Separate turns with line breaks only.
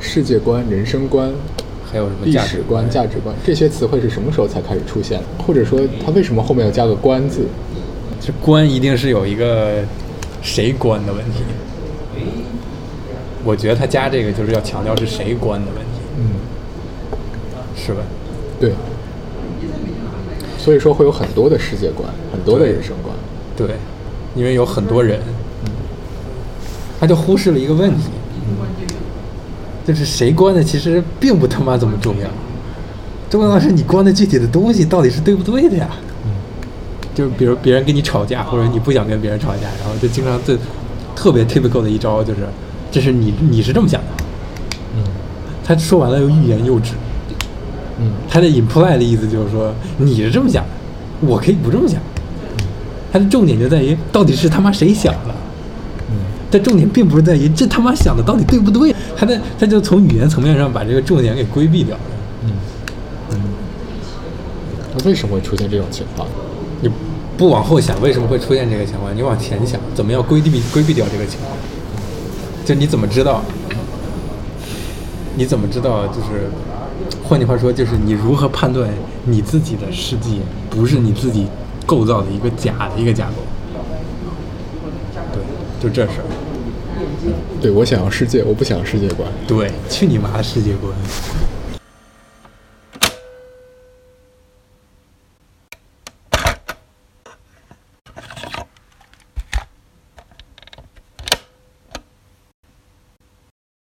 世界观、人生观、
还有什么
历
价
史
值
观、价值观这些词汇是什么时候才开始出现的？或者说，它为什么后面要加个“观”字？
这关一定是有一个谁关的问题。我觉得他加这个就是要强调是谁关的问题，
嗯，
是吧？
对。所以说会有很多的世界观，很多的人生观。
对，因为有很多人，他就忽视了一个问题，就是谁关的其实并不他妈这么重要，重要的是你关的具体的东西到底是对不对的呀。就是比如别人跟你吵架，或者你不想跟别人吵架，然后就经常最特别 typical 的一招就是，这是你你是这么想的，
嗯
他说完了又欲言又止，
嗯
他的 imply 的意思就是说你是这么想的，我可以不这么想。他的重点就在于到底是他妈谁想的，
嗯
但重点并不是在于这他妈想的到底对不对，他的他就从语言层面上把这个重点给规避掉了。
嗯。那为什么会出现这种情况？
你不往后想为什么会出现这个情况，你往前想怎么样规避规避掉这个情况，就你怎么知道？你怎么知道？就是换句话说，就是你如何判断你自己的世界不是你自己构造的一个假的一个架构？对，就这事儿。
对我想要世界，我不想要世界观。
对，去你妈的世界观！